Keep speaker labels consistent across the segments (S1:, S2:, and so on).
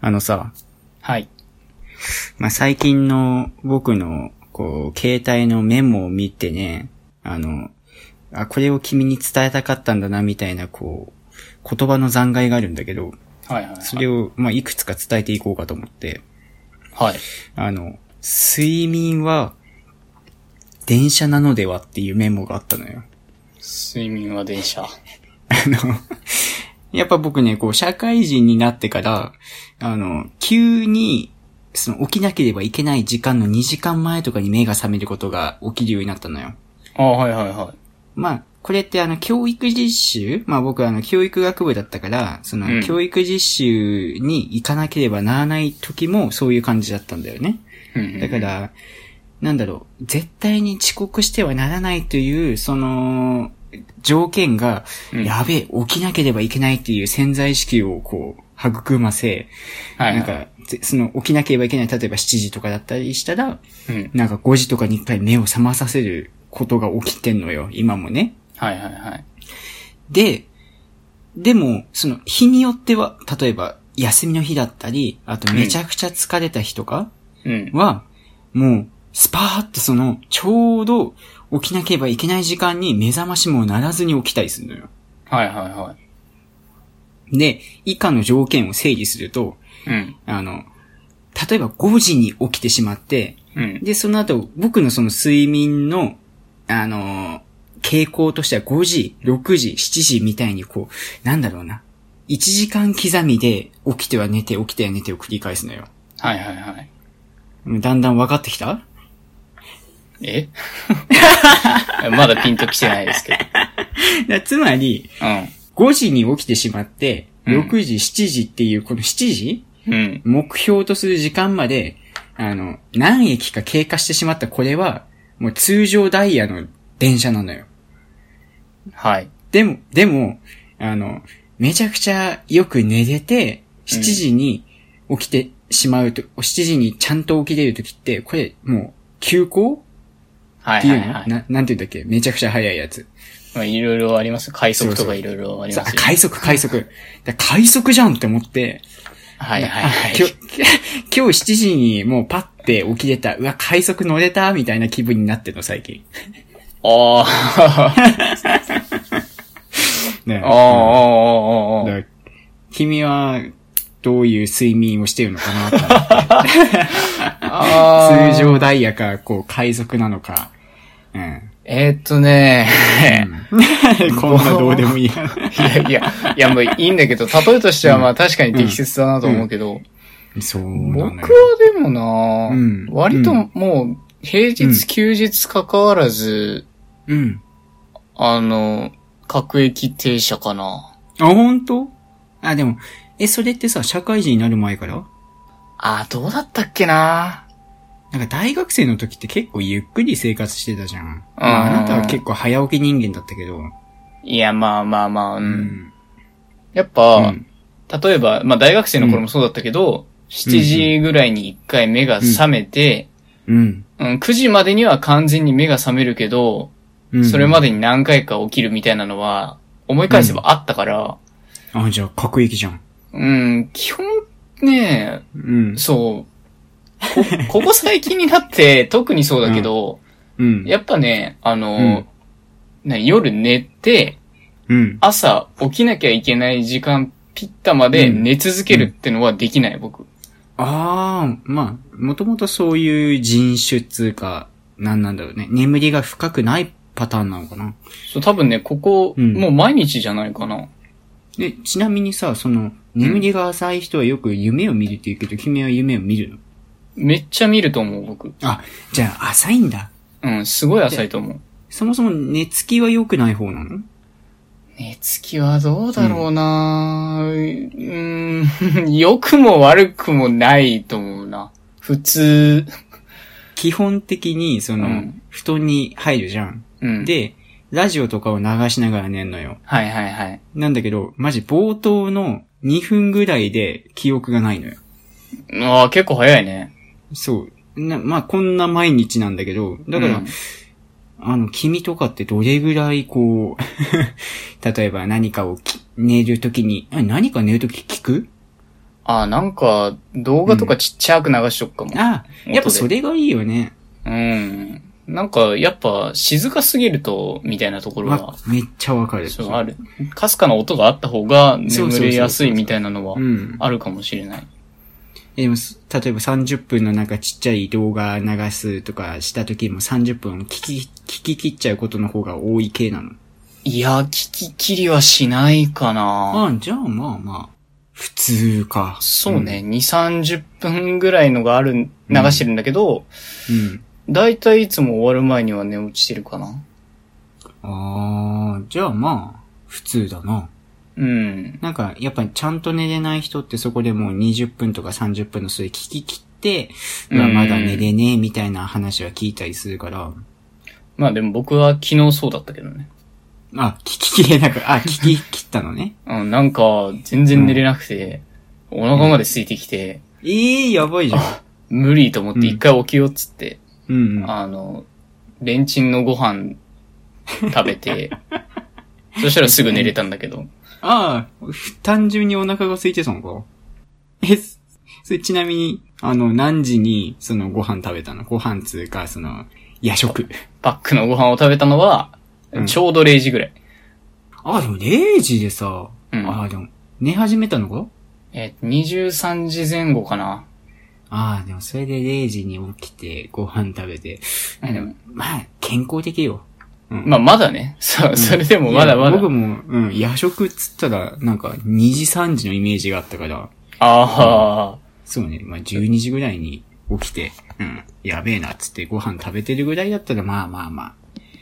S1: あのさ、
S2: はい。
S1: まあ、最近の僕の、こう、携帯のメモを見てね、あの、あ、これを君に伝えたかったんだな、みたいな、こう、言葉の残骸があるんだけど、
S2: はいはい。
S1: それを、まあ、いくつか伝えていこうかと思って、
S2: はい。
S1: あの、睡眠は、電車なのではっていうメモがあったのよ。
S2: 睡眠は電車。
S1: あの、 やっぱ僕ね、こう、社会人になってから、あの、急に、その、起きなければいけない時間の2時間前とかに目が覚めることが起きるようになったのよ。
S2: あはいはいは
S1: まあ、これってあの、教育実習まあ僕あの、教育学部だったから、その、
S2: うん
S1: 教育実習に行かなければならない時もそういう感じだったんだよね。
S2: い。うんうん
S1: だか、ら、なんだろう、絶対に遅刻してはならないという、その、条件が、
S2: うん
S1: やべえ、起きなければいけないっていう潜在意識をこう、育ませ、
S2: はい、
S1: なん、か、ぜその、起きなければいけない、例えば7時とかだったりしたら、
S2: うん。
S1: なんか5時とかに一回目を覚まさせることが起きてんのよ、今もね。
S2: はいはいはい。
S1: で、でも、その、日によっては、例えば、休みの日だったり、あとめちゃくちゃ疲れた日とか、
S2: うん。
S1: は、もう、スパーッとその、ちょうど起きなければいけない時間に目覚ましもならずに起きたりするのよ。
S2: はいはいは
S1: で、以下の条件を整理すると、
S2: い。うん。
S1: あの、例えば5時に起きてしまって、
S2: うん。
S1: で、その後、僕のその睡眠の、あのー傾向としては5時、6時、7時みたいにこう、なんだろうな。1時間刻みで起きては寝て、起きては寝てを繰り返すのよ。
S2: はいはいはい。
S1: だんだん分かってきた
S2: えまだピンときてないですけど。
S1: だつまり、
S2: う
S1: 5時に起きてしまって、
S2: うん
S1: 6時、7時っていう、この7時
S2: ん。うん。
S1: 目標とする時間まで、あの、何駅か経過してしまったこれは、もう通常ダイヤの電車なのよ。
S2: はい。
S1: でも、でも、あの、めちゃくちゃよく寝れて、7時に起きてしまうと、7時にちゃんと起きれるときって、これ、もう、休校
S2: は
S1: って
S2: い
S1: い
S2: は
S1: う
S2: い
S1: の、
S2: はい。
S1: ななんて言うんだっけめちゃくちゃ早いやつ。
S2: まあ、いろいろあります。快速と
S1: そうそ
S2: か
S1: う
S2: いろいろあり
S1: さ
S2: ま
S1: あ、
S2: すよ。
S1: 快速、快速。だ快速じゃんって思って、
S2: はいはいはい。
S1: 今日、 今日7時にもうパッて起きれた、うわ、快速乗れた、みたいな気分になってるの、最近。
S2: あー
S1: ね
S2: あー。あーあーあーあー
S1: だから君は、どういう睡眠をしてるのかなと思って
S2: あー。
S1: 通常ダイヤか、こう、海賊なのか。うん。
S2: えーっとね
S1: こんなどうでもいい。
S2: いやいや、いやもういいんだけど、例えとしてはまあ確かに適切だなと思うけど、
S1: そうなの
S2: 僕
S1: よ。
S2: はでもな、
S1: うん
S2: 割と
S1: うん
S2: もう平日、
S1: うん
S2: 休日関わらず、
S1: うん。
S2: あの、各駅停車かな。
S1: あ、本当？あ、でも、え、それってさ、社会人になる前から
S2: あ、どうだったっけな
S1: なんか大学生の時って結構ゆっくり生活してたじゃん。ま
S2: う
S1: あ、
S2: ん
S1: あなたは結構早起き人間だったけど。
S2: いや、まあまあまあ、う。
S1: うん
S2: やっぱ、
S1: うん
S2: 例えば、まあ大学生の頃もそうだったけど、7時ぐらいに1回目が覚めて、
S1: うん。
S2: うん、9時までには完全に目が覚めるけど、
S1: うん。
S2: それま
S1: で。
S2: でに何回か起きるみたいなのは、思い返せばあったから、
S1: あ、じゃあ、各駅じゃん。
S2: うん、基本ね、
S1: うん。
S2: そう、こ、ここ最近になって特にそうだけど、
S1: うん。
S2: やっぱね、あの、
S1: うん
S2: 何夜寝て、
S1: うん。
S2: 朝起きなきゃいけない時間ぴったまで
S1: うん
S2: 寝続けるってのはできない、僕。
S1: ああ、まあ、もともとそういう人種っつうか、なんなんだろうね。眠りが深くないパターンなのかな。
S2: そう、多分ね、ここ、
S1: うん
S2: もう毎日じゃないかな。
S1: で、ちなみにさ、その、眠りが浅い人はよく夢を見るって言うけど、君は夢を見るの
S2: めっちゃ見ると思う、僕。
S1: あ、じゃあ、浅いんだ。
S2: うん、すごい浅いと思う。
S1: そもそも寝つきは良くない方なの
S2: 寝つきはどうだろうなぁうーん、 良くも悪くもないと思うな。普通。
S1: 基本的に、その、
S2: うん
S1: 布団に入るじゃん。
S2: うん。、
S1: で、ラジオとかを流しながら寝んのよ。
S2: はいはいはい。
S1: なんだけど、マジ冒頭の2分ぐらいで記憶がないのよ。
S2: ああ、結構早いね。
S1: そう。な、まあ、こんな毎日なんだけど、だから、
S2: うん
S1: あの、君とかってどれぐらいこ う、例えば何かをき寝るときに、あ何か寝るとき聞く
S2: あ、なんか、動画とかちっちゃく流しとくかも。
S1: ああ、やっぱそれがいいよね。
S2: うん。なんか、やっぱ、静かすぎると、みたいなところ
S1: わ
S2: は、
S1: めっちゃわかる。
S2: そう、ある。かすかな音があった方が、
S1: そうそう
S2: 眠
S1: そう
S2: れやすいみたいなのは
S1: う、ん。
S2: あるかもしれない。
S1: でも、す例えば30分のなんかちっちゃい動画流すとかした時も30分聞き、聞き切っちゃうことの方が多い系なの。
S2: いや、聞き切りはしないかな。
S1: ああ、じゃあまあまあ、普通か。
S2: そうね、2、30分ぐらいのがある、流してるんだけど、
S1: うん。
S2: だいたいいつも終わる前には寝落ちしてるかな。
S1: ああ、じゃあまあ、普通だな。
S2: うん。
S1: なんか、やっぱりちゃんと寝れない人ってそこでもう20分とか30分のそれ聞き切って、うわ、
S2: うん
S1: まだ寝れねえみたいな話は聞いたりするから、
S2: まあでも僕は昨日そうだったけどね。
S1: あ、聞き切れなく、あ、聞き切ったのね。
S2: うん、なんか、全然寝れなくて、お腹まで空いてきて、
S1: ええやばいじゃん。
S2: 無理と思って一回起きようっつって、
S1: うんうん。
S2: あの、レンチンのご飯食べ て、そしたらすぐ寝れたんだけど。
S1: ああ、ふ単純にお腹が空いてたのか。え、そそれちなみに、あの、何時に、その、ご飯食べたのご飯つうか、その、夜食。
S2: パックのご飯を食べたのは
S1: うん、
S2: ちょうど0時ぐらい。
S1: ああ、でも0時でさ、
S2: うん
S1: ああ、でも、寝始めたのか
S2: えー、23時前後かな。
S1: ああ、でもそれで0時に起きて、ご飯食べて。
S2: うん
S1: あでも、まあ、健康的よ。うん
S2: まあ、まだね。そう、それでも
S1: いや
S2: まだまだ。
S1: 僕も、うん、夜食っつったら、なんか、2時3時のイメージがあったから、
S2: ああ、
S1: そうね、まあ、12時ぐらいに起きて、うん、やべえなっつってご飯食べてるぐらいだったら、まあまあまあ。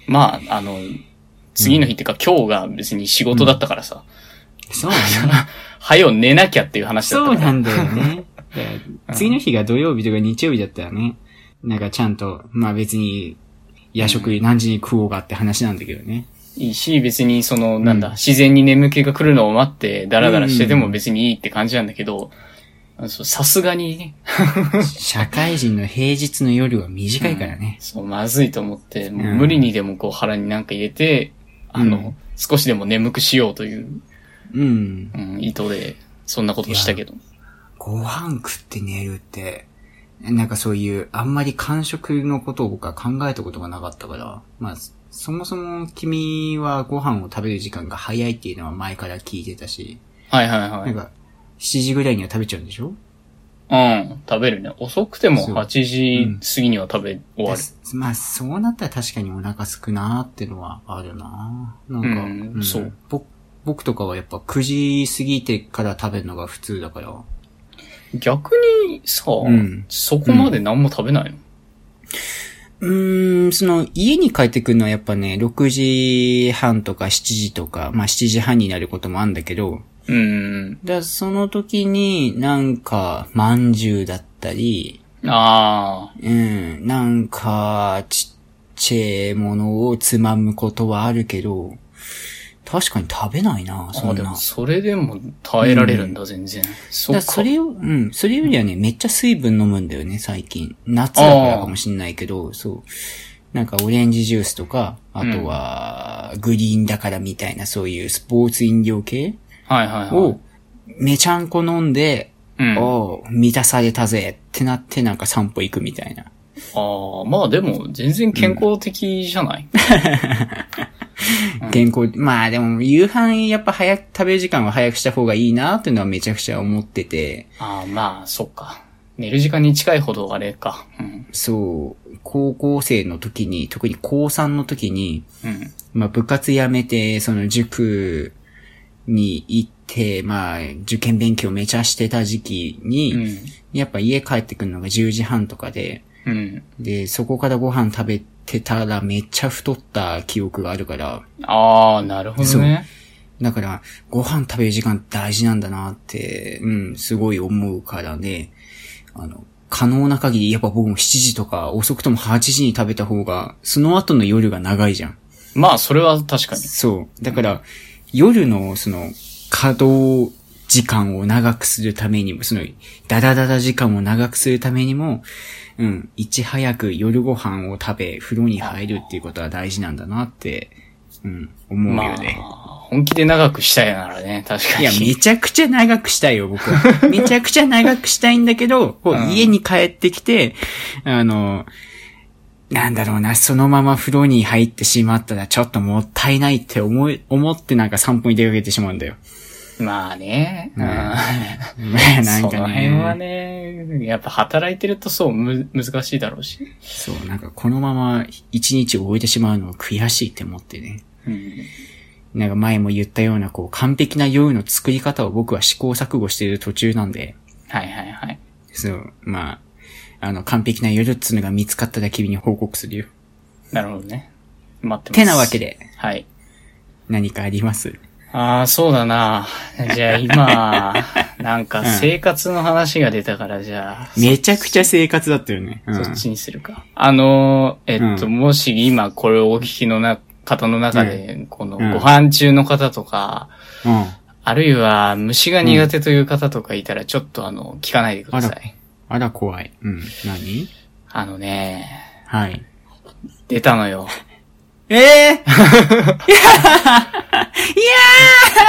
S2: まあ、あの、次の日っていうか今日が別に仕事だったからさ、
S1: そうね。
S2: はよ寝なきゃっていう話だ
S1: そ
S2: った
S1: う
S2: か
S1: な
S2: ら。
S1: んだよね。だから 次の日が土曜日とか日曜日だったらね、なんかちゃんと、まあ別に、夜食何時に食おうかって話なんだけど ね。
S2: いいし、別にその、なんだ、自然に眠気が来るのを待って、ダラダラしてても別にいいって感じなんだけど、あのそうさすがにね、
S1: 社会人の平日の夜は短いからね。
S2: そう、まずいと思って、もううん無理にでもこう腹になんか入れて、あの、
S1: うん
S2: 少しでも眠くしようという、
S1: うん。
S2: うん、意図で、そんなことをしたけど。
S1: ご飯食って寝るって、なんかそういう、あんまり感触のことを僕は考えたことがなかったから、まあ、そもそも君はご飯を食べる時間が早いっていうのは前から聞いてたし、
S2: はいはいは
S1: なん
S2: い。
S1: か、7時ぐらいには食べちゃうんでしょ
S2: うん、食べるね。遅くても
S1: そう
S2: 8時過ぎには食べ終わる。
S1: ですまあ、そうなったら確かにお腹すくなーってのはあるななんか、
S2: うんそう
S1: ぼ僕とかはやっぱ9時過ぎてから食べるのが普通だから。
S2: 逆にさ、
S1: ん
S2: そこまで何も食べないの、
S1: うーん、その、家に帰ってくるのはやっぱね、6時半とか7時とか、まあ7時半になることもあるんだけど、
S2: うん、うん。
S1: だからその時になんか、まんじゅうだったり、
S2: ああ、
S1: うん、なんか、ちっちゃいものをつまむことはあるけど、確かに食べないな、そ
S2: あ
S1: ん
S2: で
S1: な。
S2: もそれでも耐えられるんだ、全然。そ
S1: だ
S2: っ
S1: からそ
S2: か。
S1: れを、うん、それよりはね、めっちゃ水分飲むんだよね、最近。夏だからかもしんないけど、そう。なんかオレンジジュースとか、あとは、グリーンだからみたいな、そういうスポーツ飲料系
S2: はいはいはい。
S1: を、めちゃんこ飲んで、
S2: うん、あ
S1: おう満たされたぜってなって、なんか散歩行くみたいな。
S2: あ、まあでも、全然健康的じゃない、
S1: 健康、まあでも、夕飯やっぱ早く、食べる時間は早くした方がいいなっていうのはめちゃくちゃ思ってて、
S2: ああ、まあ、そっか。寝る時間に近いほどあれか。うん。
S1: そう、高校生の時に、特に高3の時に、
S2: うん。
S1: まあ部活辞めて、その塾に行って、まあ受験勉強めちゃしてた時期に、
S2: うん。
S1: やっぱ家帰ってくるのが10時半とかで、
S2: うん。
S1: で、そこからご飯食べてたらめっちゃ太った記憶があるから、
S2: ああ、なるほどね。
S1: だからご飯食べる時間大事なんだなって、うん、すごい思うからね、あの、可能な限り、やっぱ僕も7時とか遅くとも8時に食べた方が、その後の夜が長いじゃん。
S2: まあ、それは確かに。
S1: そう。だから、夜の、その、稼働時間を長くするためにも、その、ダダダダ時間を長くするためにも、うん、いち早く夜ご飯を食べ、風呂に入るっていうことは大事なんだなって、うん、思う
S2: ま
S1: よね。
S2: あ、本気で長くしたいならね、確か
S1: い
S2: に。
S1: や、めちゃくちゃ長くしたいよ、僕 は。めちゃくちゃ長くしたいんだけど、こう
S2: うん
S1: 家に帰ってきて、あの、なんだろうな、そのまま風呂に入ってしまったらちょっともったいないって思い、思ってなんか散歩に出かけてしまうんだよ。
S2: まあね。
S1: うん
S2: う。
S1: なんんかね。
S2: その辺はね、やっぱ働いてるとそう、む、難しいだろうし。
S1: そう、なんかこのまま一日を終えてしまうのは悔しいって思ってね。
S2: うん。
S1: なんか前も言ったような、こう、完璧な夜の作り方を僕は試行錯誤している途中なんで、
S2: はいはいはい。
S1: そう、まあ、あの、完璧な夜っつうのが見つかったら君に報告するよ。
S2: なるほどね。待ってます。
S1: てなわけ。で、
S2: はい。
S1: 何かあります
S2: ああ、そうだな。じゃあ 今、なんか生活の話が出たから、じゃあ、
S1: めちゃくちゃ生活だったよね。うん
S2: そっちにするか。あのー、えっと、
S1: う
S2: もし今これをお聞きのな方の中で、この
S1: うん
S2: ご飯中の方とか、
S1: うん。
S2: あるいは虫が苦手という方とかいたら、ちょっとあの、聞かないでくださ
S1: あら
S2: い。
S1: あら、怖い。うん。何
S2: あのね、
S1: はい。
S2: 出た のよ。
S1: ええ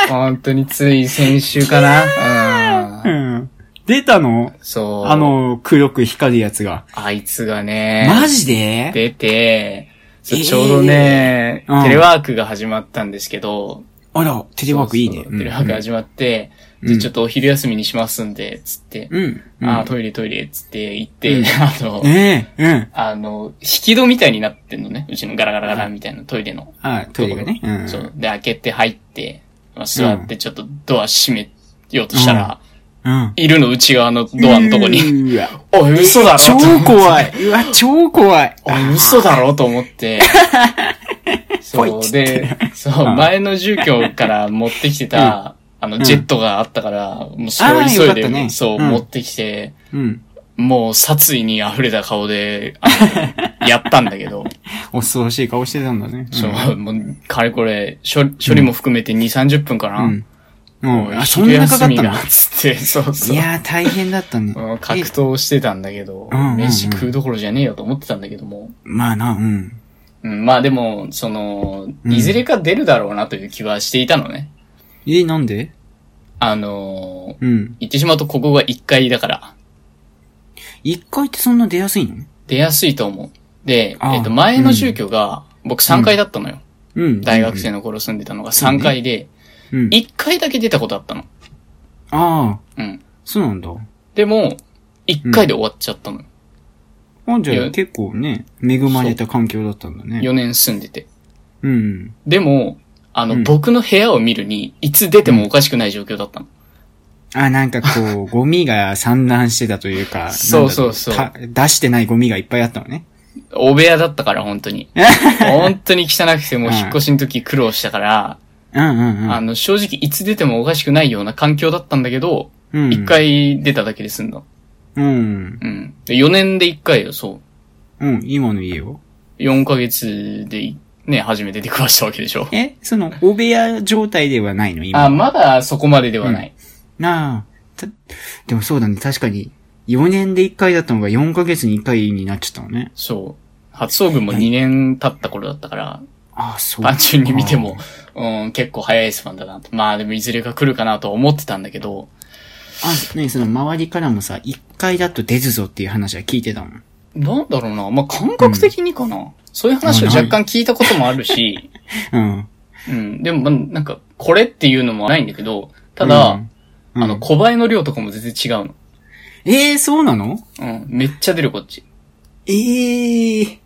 S2: 本当につい先週かな。うん。
S1: うん。出たの
S2: そう。
S1: あ、の、黒く光るやつが。
S2: あいつがね、
S1: マジで
S2: 出て、そう
S1: えー
S2: ちょうどね、
S1: うん
S2: テレワークが始まったんですけど、
S1: あら、テレワークいいね。
S2: そうそうテレワーク
S1: じ
S2: 始まって、
S1: うん
S2: じゃあちょっとお昼休みにしますんで、つって、
S1: うん。うん
S2: あートイレトイレ、つって行って、
S1: うん
S2: あの、
S1: ねえ、うん。
S2: あの、引き戸みたいになってんのね。うちのガラガラガラみたいなトイレの。
S1: あ、トイレがね。うん。
S2: そう。で、開けて入って、まあ、座ってちょっとドア閉めようとしたら、
S1: うん。
S2: いるの内側のドアのとこに、
S1: うーわ。
S2: おい、嘘だろ
S1: 超
S2: と思って
S1: 怖 い。うわ、超怖い。
S2: あ、嘘だろと 思って。
S1: ポイ
S2: そ
S1: っ
S2: う
S1: つって
S2: で、そう、
S1: うん
S2: 前の住居から持ってきてた、あの、
S1: ん
S2: ジェットがあったから、もうそれを
S1: あー
S2: 急い
S1: よか
S2: で、
S1: ったね
S2: そう、
S1: うん
S2: 持ってきて、
S1: うん。
S2: もう殺意に溢れた顔で、あ のやったんだけど、
S1: 恐ろしい顔してたんだね。
S2: そう、もう、かれこれ、処理処理も含めて2、30分かな。
S1: うん。うん。
S2: も
S1: う。
S2: うん
S1: あ、そんなかかった
S2: 昼休み
S1: の
S2: がつって、 そうそ。
S1: いうやー、大変だったね。
S2: うん格闘してたんだけど
S1: うんうんう、ん
S2: 飯食うどころじゃねえよと思ってたんだけども、
S1: まあな、うん。
S2: うん、まあでも、その、
S1: うん
S2: いずれか出るだろうなという気はしていたのね。
S1: え、なんで
S2: あの
S1: う
S2: ー、
S1: ん。
S2: 言ってしまうとここが1階だから、
S1: 一回ってそんな出やすいの
S2: 出やすいと思う。で、
S1: ああ
S2: えっと、前の住居が、僕3階だったのよ。
S1: うん。
S2: 大学生の頃住んでたのが3階で、
S1: うん。
S2: 1階だけ出たことあったの。
S1: ああ、
S2: うん。
S1: そうなんだ。
S2: でも、1回で終わっちゃったのよ。
S1: あ、じ
S2: い
S1: ゃ
S2: や
S1: あ結構ね、恵まれた環境だったんだね。
S2: 4年住んでて。
S1: うん。
S2: でも、あの、
S1: うん
S2: 僕の部屋を見るに、いつ出てもおかしくない状況だったの。
S1: あ、なんか こう、ゴミが散乱してたというか、
S2: そうそうそう
S1: なんだろた出してないゴミがいっぱいあったのね。
S2: お部屋だったから、本 当に。本当に汚くて、もう引っ越しの時苦労したから、
S1: うんうんうん。
S2: あの、正直いつ出てもおかしくないような環境だったんだけど、
S1: うん
S2: 一、。回出ただけで済んだ。
S1: うん。
S2: うん。で、4年で一回よ、そう。
S1: うん、今の家を。
S2: 4ヶ月で、ね、初めて出くわしたわけでしょ。
S1: え、その、お部屋状態ではないの今。
S2: あ、まだそこまでではない。
S1: なあ。たでもそうだね、確かに。4年で1回だったのが4ヶ月に1回になっちゃったのね。
S2: そう。初遭遇も2年経った頃だったから、
S1: ああ、そう。
S2: 単純に見ても。、うん、結構早いスパンだなと。まあでもいずれか来るかなとは思ってたんだけど、
S1: あ、ねその周りからもさ、1回だと出ずぞっていう話は聞いてたもん。
S2: なんだろうな、まあ感覚的にかな。そういう話を若干聞いたこともあるし、
S1: うん。
S2: うん、でもまあなんか、これっていうのもないんだけど、ただ、
S1: うんうん
S2: あの、小映えの量とかも全然違うの。
S1: ええそうなの
S2: うん。めっちゃ出る、こっち。
S1: えええ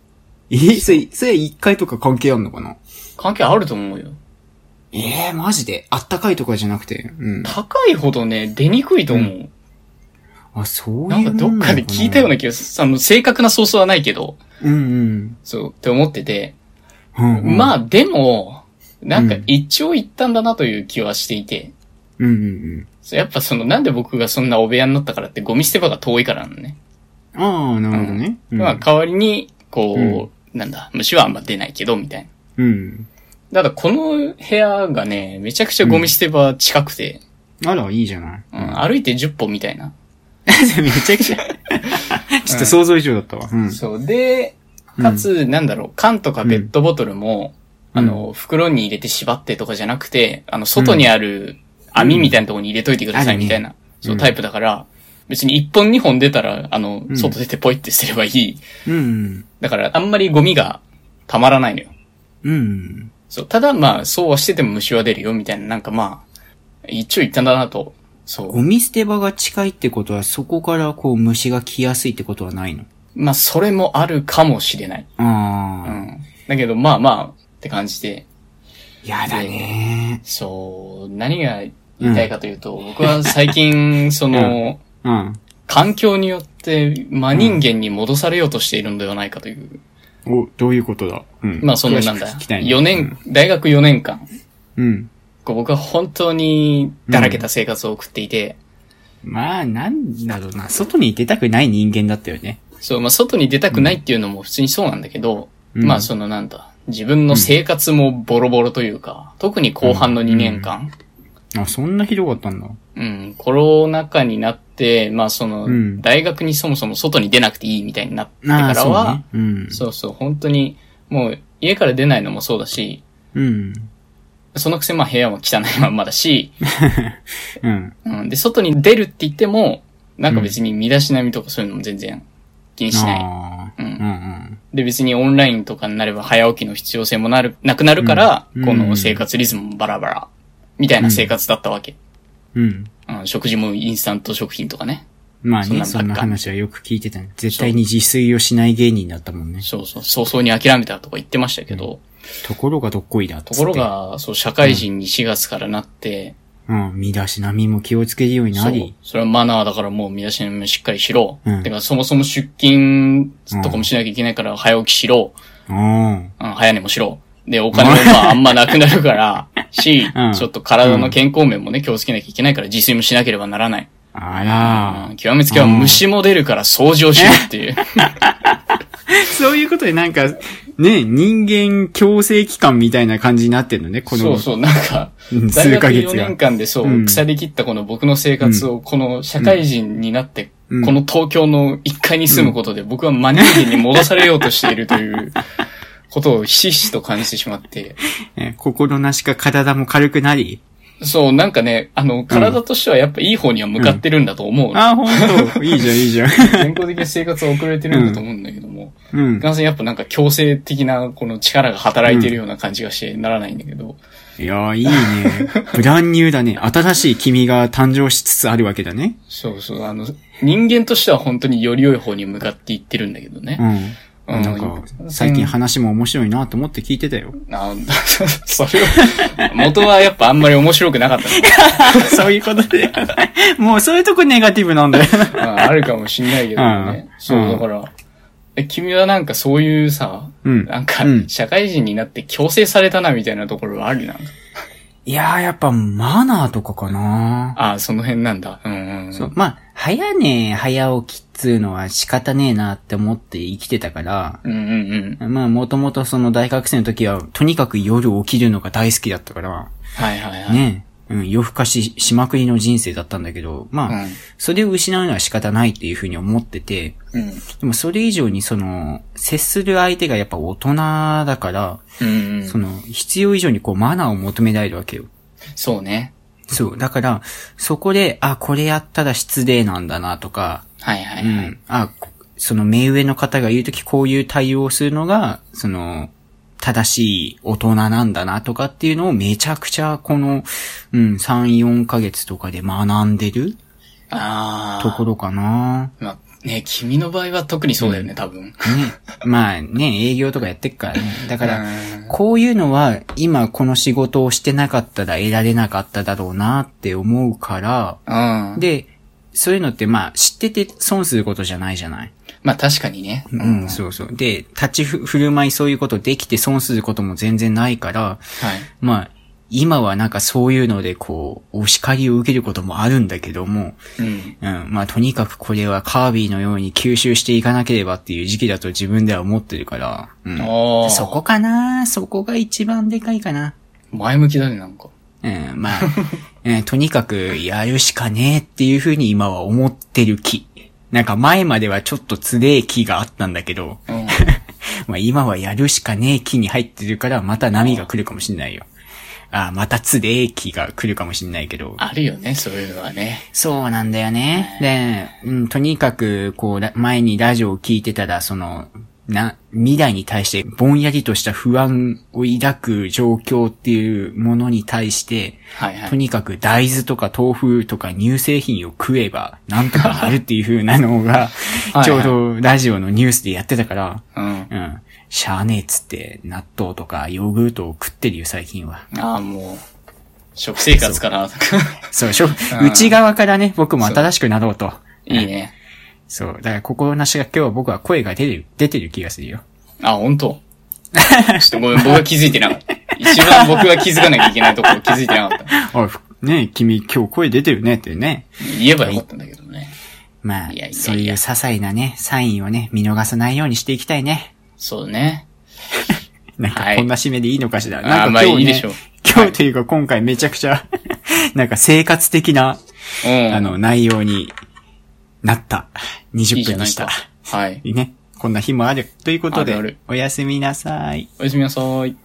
S1: ー、それ、それ1回とか関係あんのかな
S2: 関係あると思うよ。
S1: ええマジであったかいとかじゃなくて。うん。
S2: 高いほどね、出にくいと思う。
S1: あ、そう
S2: ないん
S1: う
S2: か
S1: も
S2: どっかで聞いたような気がする。あの、正確なソースはないけど、
S1: うんうん。
S2: そう、って思ってて。
S1: うんうん、
S2: ま
S1: あ。
S2: あ、でも、なんか
S1: うん
S2: 一応一旦だなという気はしていて。
S1: うんうんうん。
S2: そうやっぱその、なんで僕がそんなお部屋になったからってゴミ捨て場が遠いからなのね。
S1: ああ、なるほどね。うん。
S2: まあ、代わりに、こう、なんだ、虫はあんま出ないけど、みたいな。
S1: うん。
S2: ただ、この部屋がね、めちゃくちゃゴミ捨て場近くて、
S1: あら、いいじゃない。
S2: うん、歩いて10歩みたいな。
S1: めちゃくち ゃ。ちょっと想像以上だったわ。うん。
S2: そう。で、かつ、なんだろう、缶とかペットボトルも、あの、袋に入れて縛ってとかじゃなくて、あの、外にある網みたいなところに入れといてください
S1: うん
S2: みたいな、そううんタイプだから、別に一本二本出たら、あの
S1: う、ん
S2: 外出てポイってすればいい。
S1: うん。
S2: だから、あんまりゴミが溜まらないのよ。
S1: うん。
S2: そう、ただまあ、そうはしてても虫は出るよみたいな、なんかまあ、一応言ったんだなと、そう。
S1: ゴミ捨て場が近いってことは、そこからこう虫が来やすいってことはないの
S2: まあ、それもあるかもしれない。
S1: あ
S2: う
S1: あ、
S2: ん。だけど、まあまあ、って感じで。
S1: やだね
S2: そう、何が言いたいかというと、僕は最近、その、
S1: うん。
S2: 環境によって真人間に戻されようとしているのではないかという。
S1: お、どういうことだうん。
S2: まあ、その
S1: 詳し
S2: な
S1: く
S2: んだ。
S1: 聞きたいね
S2: 4年、大学4年間、
S1: うん。うん。
S2: こう僕は本当にだらけた生活を送っていて、
S1: まあ、なんだろうな。外に出たくない人間だったよね。
S2: そう、まあ、外に出たくないっていうのも普通にそうなんだけど、
S1: うん
S2: まあ、そのなんだ、自分の生活もボロボロというか、特に後半の2年間、
S1: あ、そんなひどかったんだ。
S2: うん、コロナ禍になって、まあ、その、
S1: うん
S2: 大学にそもそも外に出なくていいみたいになってか
S1: ああ、
S2: ら
S1: そう
S2: は
S1: ね、。うん。
S2: そうそう、本当に、もう、家から出ないのもそうだし、
S1: うん。
S2: そのくせ、まあ、部屋も汚いまんまだし、
S1: うん。
S2: うん、で、外に出るって言っても、なんか別に身だしなみとかそういうのも全然気にしない。
S1: ああ
S2: うん
S1: うん
S2: で、別にオンラインとかになれば早起きの必要性もなる、なくなるから、
S1: うん
S2: こ
S1: う
S2: の
S1: ん
S2: 生活リズムもバラバラ、みたいな生活だったわけ。
S1: うん。うん。
S2: うん、食事もインスタント食品とかね。
S1: まあね、
S2: そ
S1: そ
S2: ん
S1: ん
S2: なばっか
S1: な話はよく聞いてたね。絶対に自炊をしない芸人だったもんね。
S2: そうそう、早々に諦めたとか言ってましたけど、
S1: ところがどっこいだっつって。
S2: ところ、が、そう、社会人に4月からなって、
S1: うん、身だしなみも気をつけるように
S2: そ
S1: な
S2: う
S1: り。、
S2: それはマナーだからもう身だしなみもしっかりしろ。
S1: うん
S2: てか、そもそも出勤とかもしなきゃいけないから早起きしろ。
S1: うん。
S2: うん、早寝もしろ。で、お金も まああんまなくなるから、し、
S1: うん
S2: ちょっと体の健康面もね、気をつけなきゃいけないから自炊もしなければならない。
S1: あら
S2: うん極めつけは虫も出るから掃除をしろっていう。
S1: そういうことでなんか、ね、人間強制期間みたいな感じになってるのね、 こ
S2: そ
S1: の
S2: うそう、なんか、
S1: うん
S2: 大
S1: 数
S2: 学
S1: ヶ
S2: 4
S1: 月
S2: 年
S1: が。
S2: 間でそうう、
S1: ん
S2: 腐り切ったこの僕の生活を、この社会人になって、
S1: うん
S2: この東京の1階に住むことで、僕は真人間に戻されようとしている ということをひしひしと感じてしまって。
S1: え心なしか体も軽くなり。
S2: そう、なんかね、あの、体としてはやっぱいい方には向かってるんだと思う。
S1: あ、ほんと。いいじゃん、いいじ ゃん。
S2: 健康的な生活を送れてるんだと思うんだけども、
S1: うん。
S2: ガンさんやっぱなんか強制的なこの力が働いてるような感じがしてならないんだけど、
S1: いやー、 いいね。ブランニューだね。新しい君が誕生しつつあるわけだね。
S2: そうそう、あの、人間としては本当により良い方に向かっていってるんだけどね。
S1: う
S2: うん
S1: ん。なんか、最近話も面白いなと思って聞いてたよ。
S2: あ それは、元はやっぱあんまり面白くなかったのか
S1: そういうことで。もうそういうとこネガティブなんだよ。
S2: な、うんあるかもしんないけどね。
S1: うん
S2: そうう、
S1: ん
S2: だから、え君はなんかそういうさ、
S1: うん
S2: なんか
S1: うん
S2: 社会人になって強制されたなみたいなところはあるなんか。
S1: いやー、やっぱマナーとかかな
S2: ああ、その辺なんだ。うんうんうん。
S1: そう。まあ、早寝早起きっつうのは仕方ねえなって思って生きてたから、
S2: うんうんうん。
S1: まあ、もともとその大学生の時は、とにかく夜起きるのが大好きだったから、
S2: はいはいはい。
S1: ねえ、うん、夜更かししまくりの人生だったんだけど、まあ、
S2: うん
S1: それを失うのは仕方ないっていうふうに思ってて、
S2: うん。
S1: でもそれ以上にその、接する相手がやっぱ大人だから、
S2: うんうん
S1: その、必要以上にこうマナーを求められるわけよ。
S2: そうね。
S1: そう。だから、そこで、あ、これやったら失礼なんだなとか、
S2: はいはいうはい。
S1: ん。あ、こその目上の方が言うときこういう対応をするのが、その、正しい大人なんだなとかっていうのをめちゃくちゃこの、うん、3、4ヶ月とかで学んでる
S2: ああ。
S1: ところかな。
S2: まあ、ね、君の場合は特に そうだよね、多分。
S1: ね。まあね、営業とかやってっからね。だから、
S2: うん
S1: こういうのは今この仕事をしてなかったら得られなかっただろうなって思うから、
S2: うん。
S1: で、そういうのってまあ知ってて損することじゃないじゃない。
S2: まあ確かにね。
S1: うん、そうそう。で、立ちふ振る舞いそういうことできて損することも全然ないから、
S2: はい。
S1: まあ、今はなんかそういうのでこう、お叱りを受けることもあるんだけども、
S2: うん。
S1: うん、まあとにかくこれはカービィのように吸収していかなければっていう時期だと自分では思ってるから、うん。
S2: おー
S1: そこかなそこが一番でかいかな。
S2: 前向きだね、なんか。
S1: うん、 まあ、うんとにかくやるしかねえっていうふうに今は思ってる気。なんか前まではちょっとつれえ気があったんだけど、
S2: うん。
S1: まあ今はやるしかねえ期に入ってるから、また波が来るかもしんないよ。ああ、またつでえ期が来るかもしんないけど。
S2: あるよね、そういうのはね。
S1: そうなんだよね。で、うん、とにかく、こう、ら前にラジオを聞いてたら、その、な、未来に対して、ぼんやりとした不安を抱く状況っていうものに対して、
S2: はいは
S1: と
S2: い。
S1: にかく大豆とか豆腐とか乳製品を食えば、なんとかなるっていう風なのが
S2: はい、
S1: ちょうどラジオのニュースでやってたから、
S2: うん。
S1: うん。しゃーねえっつって、納豆とかヨーグルトを食ってるよ、最近は。
S2: ああ、もう、食生活かな。
S1: そう、しょ、内側からね、僕も新しくなろうと。
S2: いいね。
S1: そう。だから、心なしが今日は僕は声が出てる、出てる気がするよ。
S2: あ、本 当ちょっとごめん、僕は気づいてなかった。一番僕が気づかなきゃいけないところ気づいてなかった。
S1: あ、ふねえ君今日声出てるねってね。
S2: 言えばよかったんだけどね。
S1: まあ
S2: いやいやいや、
S1: そういう些細なね、サインをね、見逃さないようにしていきたいね。
S2: そうね。
S1: なんか
S2: は、い
S1: こんな締めでいいのかしら。
S2: あー
S1: なん
S2: ま
S1: か
S2: あ
S1: 今日、ね、
S2: いいでしょう
S1: 今日というか今回めちゃくちゃ、なんか生活的な、
S2: うん。
S1: あ、の、内容になった。
S2: いい
S1: 20
S2: じゃ
S1: 分
S2: な
S1: で
S2: い
S1: した。
S2: か。はい。
S1: ね。こんな日もある。ということで、
S2: あるある
S1: おやすみなさい。
S2: おやすみなさい。